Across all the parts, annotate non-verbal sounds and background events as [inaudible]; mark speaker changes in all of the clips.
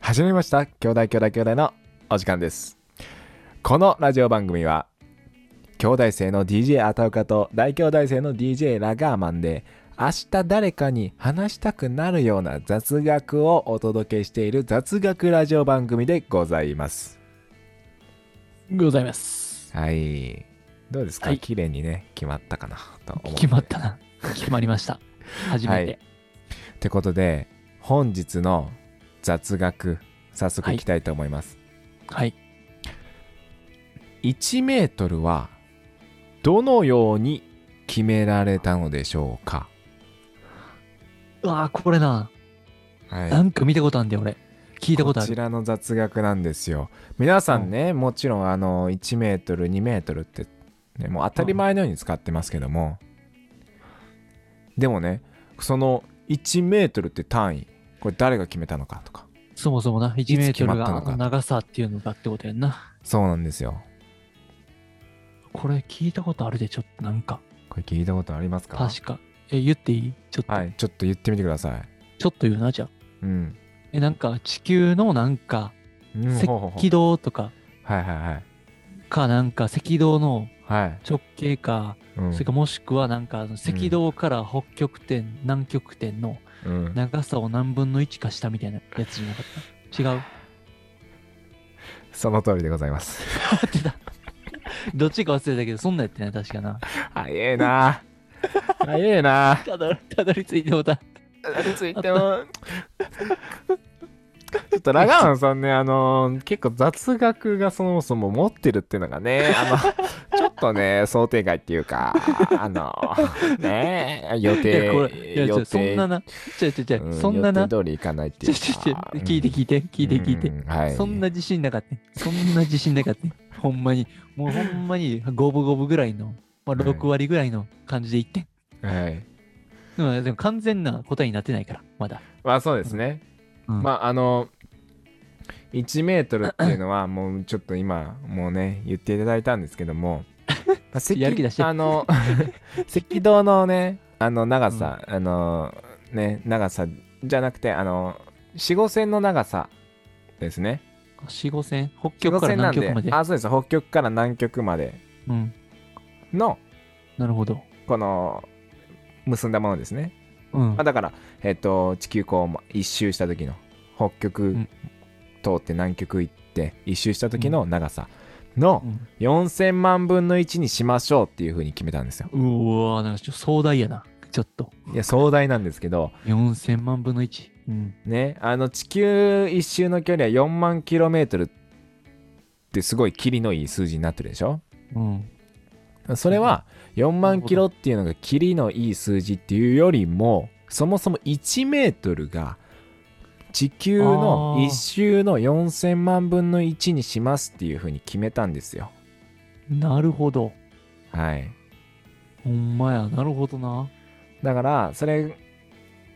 Speaker 1: 始めました兄弟兄弟兄弟のお時間ですこのラジオ番組は兄弟生の DJ アタウカと大兄弟生の DJ ラガーマンで明日誰かに話したくなるような雑学をお届けしている雑学ラジオ番組でございます
Speaker 2: ございます。
Speaker 1: はいどうですか、
Speaker 2: はい
Speaker 1: 綺麗にね決まったかなと思う
Speaker 2: 決まったな。決まりました。初めて。
Speaker 1: ってことで本日の雑学早速いきたいと思います、
Speaker 2: はい。
Speaker 1: 1メートルはどのように決められたのでしょうか
Speaker 2: うわあ、これな。
Speaker 1: はい
Speaker 2: なんか見たことあるんだよ、俺。聞いたことあ
Speaker 1: こち
Speaker 2: る。
Speaker 1: らの雑学なんですよ皆さんね、もちろんあの1メートル2メートルって、ね、もう当たり前のように使ってますけども、でもねその1メートルって単位これ誰が決めたのかとか
Speaker 2: そもそもな、1メー
Speaker 1: 決
Speaker 2: トル
Speaker 1: まったのか
Speaker 2: が長さっていうのがってことやんな。
Speaker 1: そうなんですよ
Speaker 2: これ聞いたことあるで、ちょっとなんか。
Speaker 1: これ聞いたことありますか
Speaker 2: 確か。え、言っていいちょっと、
Speaker 1: はいちょっと言ってみてください
Speaker 2: ちょっと言うな、じゃあ。
Speaker 1: うん、
Speaker 2: え、なんか地球のなんか、
Speaker 1: うん
Speaker 2: 赤
Speaker 1: ほうほうほう
Speaker 2: 道とか、
Speaker 1: はいはいはい
Speaker 2: かなんか赤道の
Speaker 1: はい、
Speaker 2: 直径か、
Speaker 1: うん
Speaker 2: それかもしくはなんかあの赤道から北極点、南極点の
Speaker 1: うん
Speaker 2: 長さを何分の1かしたみたいなやつじゃなか
Speaker 1: [laughs]
Speaker 2: った違う
Speaker 1: その通りでございます
Speaker 2: 合ってたどっちか忘れたけどそんなんやってない確
Speaker 1: [laughs]
Speaker 2: かな
Speaker 1: [laughs] 早えな早えな
Speaker 2: たどたどり着いてもうた
Speaker 1: ついてもちょっとラガーマンさんねあの結構雑学がそもそも持ってるっていうのがねあの [laughs] ちょっとね想定外っていうかあのね予
Speaker 2: い
Speaker 1: 定
Speaker 2: やこれいやち
Speaker 1: 予
Speaker 2: ょ
Speaker 1: 定
Speaker 2: そんななちょちょち
Speaker 1: う
Speaker 2: ょ
Speaker 1: ん
Speaker 2: そんな
Speaker 1: 予
Speaker 2: なち
Speaker 1: 定
Speaker 2: ょ
Speaker 1: 通りいかないってい
Speaker 2: ちょ
Speaker 1: うか
Speaker 2: ちょ聞いて聞いて聞いて聞いて
Speaker 1: うんはい
Speaker 2: そんな自信なかったそんな自信なかったほんまにもうほんまに五分五分ぐらいのまあ
Speaker 1: はい
Speaker 2: 6割ぐらいの感じでいってん
Speaker 1: はい
Speaker 2: うんでも完全な答えになってないからまだ
Speaker 1: まあそうですね
Speaker 2: うん
Speaker 1: まああの1メートルっていうの
Speaker 2: [laughs]
Speaker 1: はもうちょっと今もうね言っていただいたんですけど
Speaker 2: [laughs]
Speaker 1: もまあ赤
Speaker 2: やる気出して
Speaker 1: あの [laughs] 赤道のねあの長さ、あのね長さじゃなくてあの四五線の長さですね
Speaker 2: 四五線北
Speaker 1: 四
Speaker 2: 極
Speaker 1: 五
Speaker 2: から
Speaker 1: 線な
Speaker 2: 南
Speaker 1: んで
Speaker 2: 極まで
Speaker 1: あそうです北極から南極まで
Speaker 2: うん
Speaker 1: の
Speaker 2: なるほど
Speaker 1: この結んだものですね
Speaker 2: うん
Speaker 1: まあ、だから、えっと地球こう一周した時の北
Speaker 2: う
Speaker 1: 極
Speaker 2: ん
Speaker 1: 通って南極行って一周した時の長さの
Speaker 2: うん
Speaker 1: 4000万分の1にしましょうっていう風に決めたんですよ。
Speaker 2: うわーなんかちょっと壮大やな。ちょっと。
Speaker 1: いや壮大なんですけど
Speaker 2: 4000万分の1。うん。
Speaker 1: ねあの地球一周の距離は4万キロメートルってすごいキリのいい数字になってるでしょ
Speaker 2: うん。
Speaker 1: それは4
Speaker 2: な
Speaker 1: 万
Speaker 2: るほど
Speaker 1: キロっていうのがキリのいい数字っていうよりもそもそも1メートルが地球の
Speaker 2: あー
Speaker 1: 1周の4000万分の1にしますっていうふうに決めたんですよ。
Speaker 2: なるほど。
Speaker 1: はい、
Speaker 2: ほんまや。なるほどな。
Speaker 1: だからそれ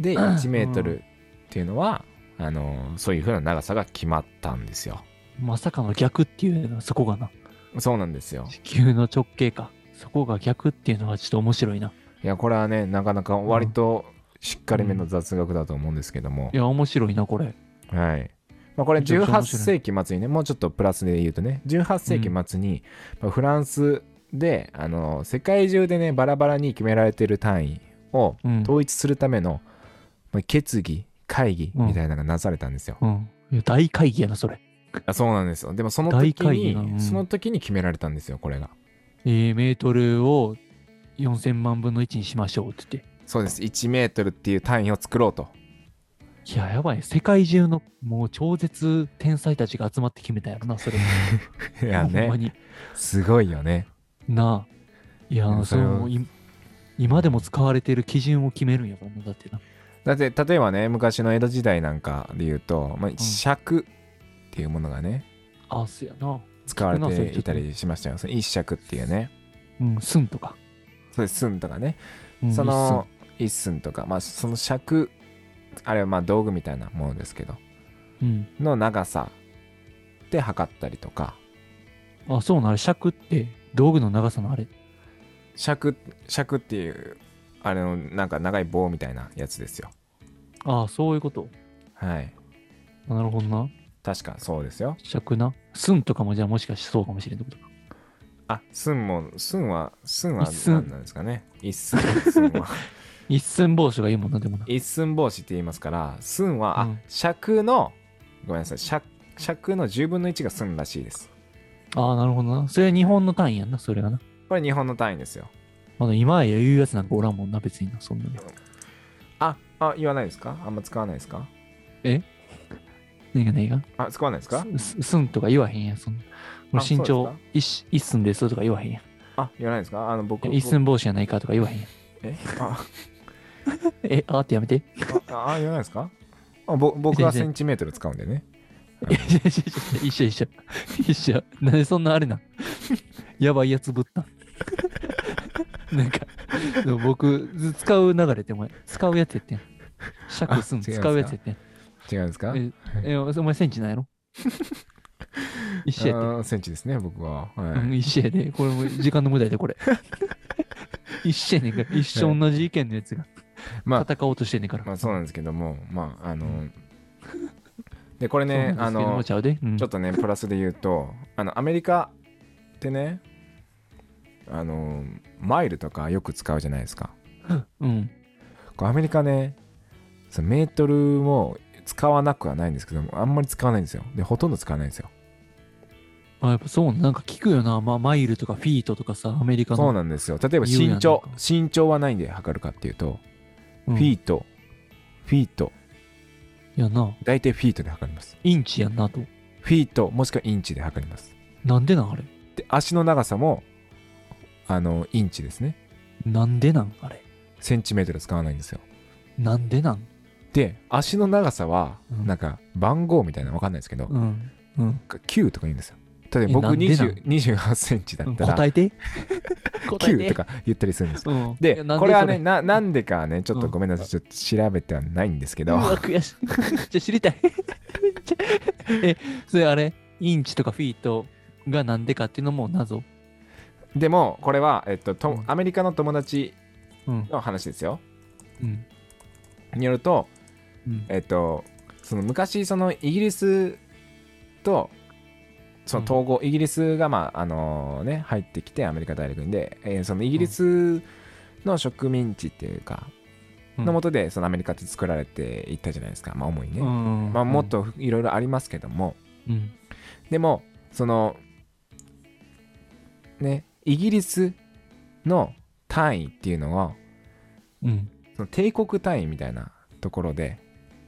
Speaker 1: で1メートルっていうのは、あのそういうふうな長さが決まったんですよ。
Speaker 2: まさかの逆っていうのはそこがな。
Speaker 1: そうなんですよ。
Speaker 2: 地球の直径か。そこが逆っていうのはちょっと面白いな。
Speaker 1: いやこれはねなかなか割としっかりめの雑学だと思うんですけども
Speaker 2: い。や、面白いな、これ。
Speaker 1: はい。まあ、これ
Speaker 2: めちゃくちゃ
Speaker 1: 18
Speaker 2: 面白い
Speaker 1: 世紀末にね、もうちょっとプラスで言うとね、18世紀末に、まあフランスで、あの、世界中でね、バラバラに決められてる単位を
Speaker 2: うん。
Speaker 1: 統一するための、まあ決議、会議みたいなのがなされたんですよ。
Speaker 2: うん。いや大会議やな、それ。
Speaker 1: あそうなんですよ。でもその
Speaker 2: 大
Speaker 1: 時
Speaker 2: 会議なう
Speaker 1: に、
Speaker 2: ん
Speaker 1: その時に決められたんですよ、これが。
Speaker 2: えー、メートルを4000万分の1にしましょうって言って。
Speaker 1: そうです。1メートルっていう単位を作ろうと。
Speaker 2: いや、やばい。世界中のもう超絶天才たちが集まって決めたやろな、それ。
Speaker 1: いや
Speaker 2: [laughs] ほんま
Speaker 1: ね、
Speaker 2: に。
Speaker 1: すごいよね。
Speaker 2: なあ。いや、
Speaker 1: うん
Speaker 2: それ
Speaker 1: それを
Speaker 2: もい今でも使われてる基準を決めるんやからな、だってな。
Speaker 1: だって、例えばね、昔の江戸時代なんかで言うと、まあ、尺っていうものがね、
Speaker 2: あ、そうやな。
Speaker 1: 使われていたりしましたよ。その一尺っていうね。
Speaker 2: うん、寸とか。
Speaker 1: そうです、寸とかね。
Speaker 2: うん
Speaker 1: その一寸とか、まあその尺、あれはまあ道具みたいなものですけど、
Speaker 2: 一寸
Speaker 1: の長さで測ったりとか、
Speaker 2: うん。あ、そうな、あれ尺って道具の長さのあれ。
Speaker 1: 尺、尺っていう、あれのなんか長い棒みたいなやつですよ。
Speaker 2: あそういうこと。
Speaker 1: はい。
Speaker 2: あなるほどな。
Speaker 1: 確かそうですよ
Speaker 2: 尺な。すんとかもじゃあもしかしてそうかもしれんってことか。
Speaker 1: あすんもすんはすんは
Speaker 2: 一寸
Speaker 1: 何なんですかね一寸寸
Speaker 2: [laughs]
Speaker 1: は
Speaker 2: 一寸帽子がいいもんな、でもな。
Speaker 1: 一寸帽子って言いますからすんは、
Speaker 2: う
Speaker 1: あ
Speaker 2: ん
Speaker 1: 尺のごめんなさい尺尺の10分の1が寸らしいです
Speaker 2: ああ、なるほどな。それは日本の単位やんな、それがな。
Speaker 1: これ日本の単位ですよ
Speaker 2: まだ今や言うやつなんかおらんもんな、別にな、そんなの。
Speaker 1: ああ言わないですかあんま使わないですか
Speaker 2: 何が何が
Speaker 1: あ使わないですか
Speaker 2: すすすんとか言わへんやん、そんな。俺
Speaker 1: あ
Speaker 2: 身
Speaker 1: そう
Speaker 2: 長一一寸ですとか言わへんやん。
Speaker 1: あ言わないですかあの僕
Speaker 2: え一寸帽子やないかとか言わ
Speaker 1: [laughs]
Speaker 2: へんやん。
Speaker 1: 僕えあ
Speaker 2: え、あーってやめて。
Speaker 1: ああ言わないですかあ
Speaker 2: [laughs]
Speaker 1: ぼ僕はセンチメートル使うんでね
Speaker 2: いやいやいやいや [laughs] 一緒一緒。一緒。なんでそんなあれなん [laughs] やばいやつぶった [laughs] んなんか、でも僕、ず使う流れってお前、使うやつやってん。尺すん、
Speaker 1: あ違います
Speaker 2: 使
Speaker 1: か
Speaker 2: うやつやってん。
Speaker 1: 違うんですか
Speaker 2: え、えお前センチなんやろ [laughs] 一緒や
Speaker 1: あーセンチですね僕は、はい
Speaker 2: で。うん一緒やで。これも時間の無駄や
Speaker 1: [laughs]
Speaker 2: で、これ。一緒やねんから。一緒同じ意見のやつが
Speaker 1: まあ
Speaker 2: 戦おうとしてんねんから。
Speaker 1: まあそうなんですけどもまああの [laughs] でこれ
Speaker 2: そうなん
Speaker 1: ね
Speaker 2: です
Speaker 1: あ
Speaker 2: けども
Speaker 1: の
Speaker 2: ちゃうで。うん
Speaker 1: ちょっとね、プラスで言うと、あの、アメリカってね、あの、マイルとかよく使うじゃないですか。
Speaker 2: うん。
Speaker 1: こうアメリカね、そのメートルも使わなくはないんですけども、あんまり使わないんですよ。で、ほとんど使わないんですよ。
Speaker 2: あ、やっぱそうなんなんか聞くよな。まあ、マイルとかフィートとかさ、アメリカの。
Speaker 1: そうなんですよ。例えば
Speaker 2: 言う
Speaker 1: 身
Speaker 2: やん
Speaker 1: 長
Speaker 2: なんか、
Speaker 1: 身長はないんで測るかっていうと、
Speaker 2: う
Speaker 1: フ
Speaker 2: ん
Speaker 1: ィート、フィート、
Speaker 2: やな。
Speaker 1: 大体フィートで測ります。
Speaker 2: インチやんなと。
Speaker 1: フィート、もしくはインチで測ります。
Speaker 2: なんでなんあれ
Speaker 1: で、足の長さも、あの、インチですね。
Speaker 2: なんでなんあれ
Speaker 1: センチメートル使わないんですよ。
Speaker 2: なんでなん
Speaker 1: で足の長さは
Speaker 2: うん
Speaker 1: なんか番号みたいなの分かんないですけど、
Speaker 2: うん。うん。
Speaker 1: 9とか言うんですよ例えば
Speaker 2: え
Speaker 1: 僕
Speaker 2: なんでなん
Speaker 1: 20 28センチだった
Speaker 2: 答
Speaker 1: ら [laughs]
Speaker 2: えて。
Speaker 1: 9と。か言ったりするんです
Speaker 2: うん。い
Speaker 1: で
Speaker 2: やなん
Speaker 1: これは
Speaker 2: そ
Speaker 1: ねななんでかはねちょっと
Speaker 2: うん
Speaker 1: ごめんなさいちょっと調べてはないんですけ
Speaker 2: う
Speaker 1: ど、
Speaker 2: わ、悔しい。 [laughs] じゃあ知りたい。じゃあえ、それあれインチとかフィートがなんでかっていうのも謎。
Speaker 1: [laughs] でもこれは、えっと、
Speaker 2: う
Speaker 1: と
Speaker 2: ん
Speaker 1: アメリカの友達
Speaker 2: うん。
Speaker 1: の話ですよ
Speaker 2: うん。
Speaker 1: によると
Speaker 2: うん。
Speaker 1: えっとその昔そのイギリスとその統合、イギリスがまああのね入ってきてアメリカ大陸にで、えーそのイギリスの植民地っていうか、
Speaker 2: うん
Speaker 1: のもとでそのアメリカって作られていったじゃないですか、まあ、主にね、
Speaker 2: うん
Speaker 1: まあ、もっ。といろいろありますけども、
Speaker 2: うん。
Speaker 1: でもそのねイギリスの単位っていうのは
Speaker 2: うん。
Speaker 1: その帝国単位みたいなところで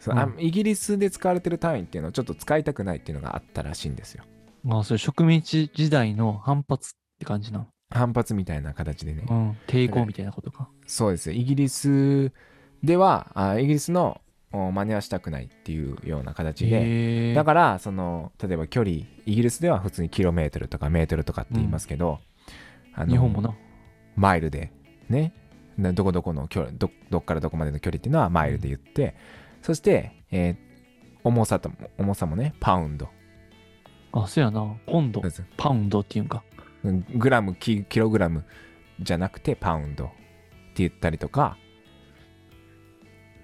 Speaker 1: そのあ
Speaker 2: うん
Speaker 1: イギリスで使われてる単位っていうのをちょっと使いたくないっていうのがあったらしいんですよ
Speaker 2: まあ、それ植民地時代の反発って感じな
Speaker 1: 反発みたいな形でね、
Speaker 2: の。うん。抵抗みたいなことか。
Speaker 1: そうですよイギリスではあイギリスのお真似はしたくないっていうような形で、
Speaker 2: へえ。
Speaker 1: だからその例えば距離イギリスでは普通にキロメートルとかメートルとかって言いますけど、あの
Speaker 2: 日本もな。
Speaker 1: マイルでねなどこどこの距離どどっからどこまでの距離っていうのはマイルで言って、そして、えー重さとも重さもねパウンド
Speaker 2: あ、そうやな。ポンド
Speaker 1: そうで。す
Speaker 2: パウンドっていうんか。
Speaker 1: うんグラムキキログラムじゃなくてパウンドって言ったりとか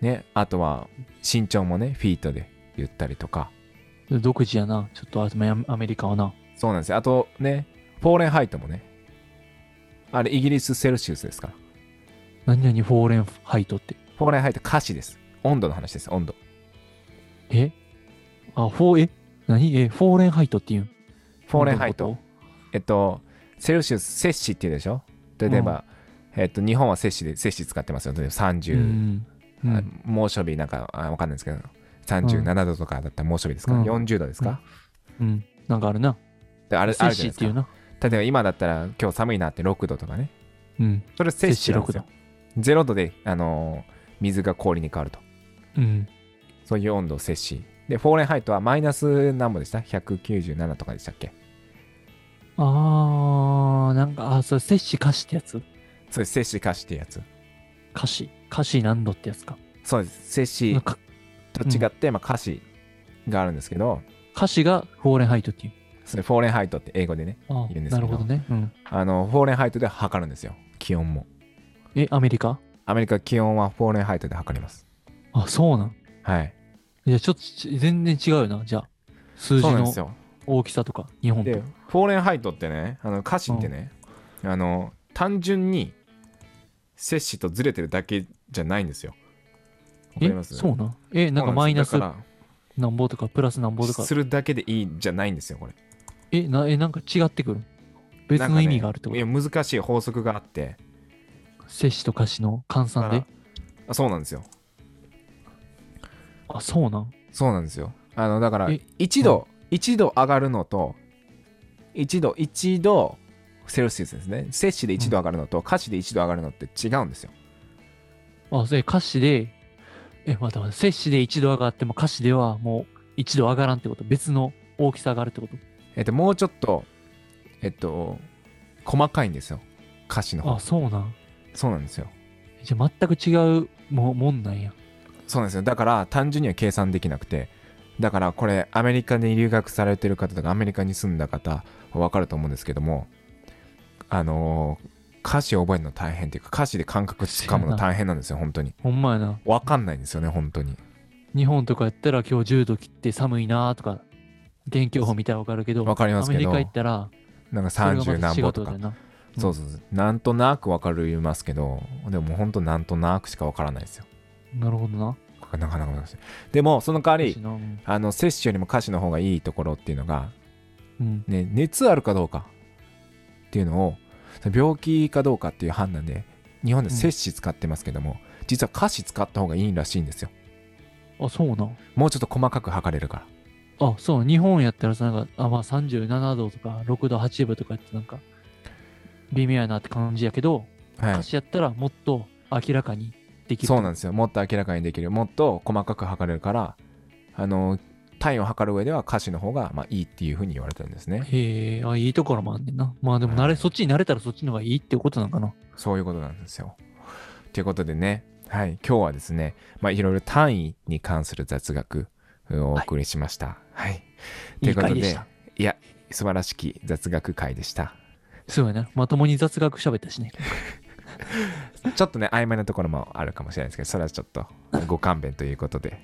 Speaker 1: ねあとは身長もねフィートで言ったりとか
Speaker 2: 独自やな。ちょっとあまアメリカはな。
Speaker 1: そうなんですよあとねフォーレンハイトもねあれイギリスセルシウスですから
Speaker 2: 何々フォーレンハイトって。
Speaker 1: フォーレンハイト歌詞です温度の話です温度
Speaker 2: えあ、フォー、え何え、フォーレンハイトっていうん。
Speaker 1: フォーレンハイ
Speaker 2: ど
Speaker 1: ト
Speaker 2: ういうこ
Speaker 1: えっと、セルシウス、摂氏って言うでしょ例えば、えっと、日本は摂氏で、摂氏使ってますよ。例えば
Speaker 2: と。う
Speaker 1: 30、
Speaker 2: ん。う
Speaker 1: あ
Speaker 2: ん、
Speaker 1: 猛暑日なんか、あわかんないですけど、37度とかだったら猛暑日ですか、
Speaker 2: うん
Speaker 1: ?40 度ですか、
Speaker 2: うん。なんかあるな。
Speaker 1: であるあ
Speaker 2: セ
Speaker 1: る
Speaker 2: ッ
Speaker 1: じゃ
Speaker 2: シ
Speaker 1: ない
Speaker 2: ー
Speaker 1: で
Speaker 2: っていう
Speaker 1: すか。
Speaker 2: な。
Speaker 1: 例えば今だったら、今日寒いなって6度とかね。
Speaker 2: うん。
Speaker 1: それ摂氏なんですよ。0度で、あのー水が氷に変わると。
Speaker 2: うん。
Speaker 1: そういう温度を摂氏。で、フォーレンハイトはマイナス何もでした ?197 とかでしたっけ
Speaker 2: あー、なんか、あ、それ、セッシ歌詞ってやつ
Speaker 1: それ摂氏化してやつ。
Speaker 2: 歌詞。歌詞何度ってやつか。
Speaker 1: そうです。摂
Speaker 2: なん
Speaker 1: 氏
Speaker 2: か
Speaker 1: と違って、まあ、歌詞があるんですけど、
Speaker 2: 歌詞がフォーレンハイトっていう。
Speaker 1: それフォーレンハイトって英語でね
Speaker 2: あ
Speaker 1: 言うんです
Speaker 2: な
Speaker 1: けど
Speaker 2: るほどね。うん。
Speaker 1: あのフォーレンハイトで測るんですよ気温も
Speaker 2: え、アメリカ
Speaker 1: アメリカ気温はフォーレンハイトで測ります
Speaker 2: あ、そうなん。
Speaker 1: はい
Speaker 2: いや、ちょっとち、全然違うよな、じゃあ。数字
Speaker 1: そうなん
Speaker 2: の
Speaker 1: ですよ
Speaker 2: 大きさとか日本と
Speaker 1: でフォーレンハイトってねあの歌詞ってね、あの単純に摂氏とずれてるだけじゃないんですよわかり
Speaker 2: え
Speaker 1: ます
Speaker 2: そうなんえなんかマイナスなんぼとかプラスなんぼと
Speaker 1: ス
Speaker 2: か
Speaker 1: するだけでいいじゃないんですよこれ
Speaker 2: えなえなんか違ってくる別の意味があるってこと
Speaker 1: なんかねいや難しい法則があって
Speaker 2: 摂氏と歌詞の換
Speaker 1: だ
Speaker 2: 算
Speaker 1: か
Speaker 2: で
Speaker 1: らあそうなんですよ
Speaker 2: あそうなん
Speaker 1: そうなんですよあのだから
Speaker 2: え
Speaker 1: 1度、一度上がるのと1度1度セルシウスですね摂氏で1度上がるのと歌詞で1度上がるのって違うんですよ
Speaker 2: あそれ歌詞でえまた待って摂氏で一度上がっても歌詞ではもう一度上がらんってこと別の大きさがあるってこと
Speaker 1: えっともうちょっとえっと細かいんですよ歌詞の方
Speaker 2: あそうなん
Speaker 1: そうなんですよ
Speaker 2: じゃあ全く違うももんなんや
Speaker 1: そうなんですよだから単純には計算できなくてだからこれアメリカに留学されてる方とかアメリカに住んだ方は分かると思うんですけどもあのー歌詞を覚えるの大変っていうか歌詞で感覚つかむの大変なんですよ本当に
Speaker 2: ほんまやな
Speaker 1: 分かんないんですよね本当に
Speaker 2: 日本とかやったら今日10度切って寒いなとか天気予報見たらわかるけど
Speaker 1: わかりますけど
Speaker 2: アメリカ行ったら
Speaker 1: なんか
Speaker 2: それがまた
Speaker 1: 30何
Speaker 2: 仕
Speaker 1: 歩と
Speaker 2: 事
Speaker 1: か
Speaker 2: でなうん
Speaker 1: そうそうそうなんとなく分かる言いますけどでも本当なんとなくしか分からないですよ
Speaker 2: なるほどな
Speaker 1: なかなか難しいでもその代わり
Speaker 2: 私のうん
Speaker 1: あの摂取よりも歌詞の方がいいところっていうのが
Speaker 2: うん
Speaker 1: ね、熱あるかどうかっていうのをその病気かどうかっていう判断で日本で摂氏使ってますけども、実は歌詞使った方がいいらしいんですよ
Speaker 2: あそうなん
Speaker 1: もうちょっと細かく測れるから
Speaker 2: あそう日本やったらさなんかあ、まあ、37度とか6度8分とかやってなんか微妙やなって感じやけど、
Speaker 1: は
Speaker 2: 歌詞やったらもっと明らかにでき
Speaker 1: い
Speaker 2: る
Speaker 1: そうなん
Speaker 2: ん
Speaker 1: ですよもっと明らかにできるもっと細かく測れるからあの体温を測る上では歌詞の方がまあいいっていうふうに言われてるんですね
Speaker 2: へえあいいところもあんねんなまあでも慣れ、
Speaker 1: うん
Speaker 2: そっちに慣れたらそっちの方がいいってことなんかな
Speaker 1: そういうことなんですよということでねはい今日はですねまあいろいろ単位に関する雑学をお送りしましたはい、と
Speaker 2: い
Speaker 1: いう
Speaker 2: い
Speaker 1: こと
Speaker 2: 回
Speaker 1: で
Speaker 2: でした
Speaker 1: いや素晴らしき雑学会でした
Speaker 2: そうやなまともに雑学喋ったしね
Speaker 1: ちょっとね、曖昧なところもあるかもしれないですけど、それはちょっとご勘弁ということで。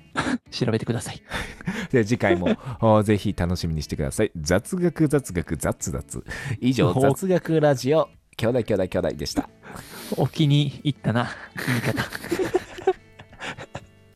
Speaker 2: 調べてください
Speaker 1: [laughs] で、次回もおぜひ楽しみにしてください。雑学、雑学、雑雑。以上、
Speaker 2: お
Speaker 1: 雑学ラジオ、兄弟、兄弟、兄弟でした。
Speaker 2: お気に入ったな言い方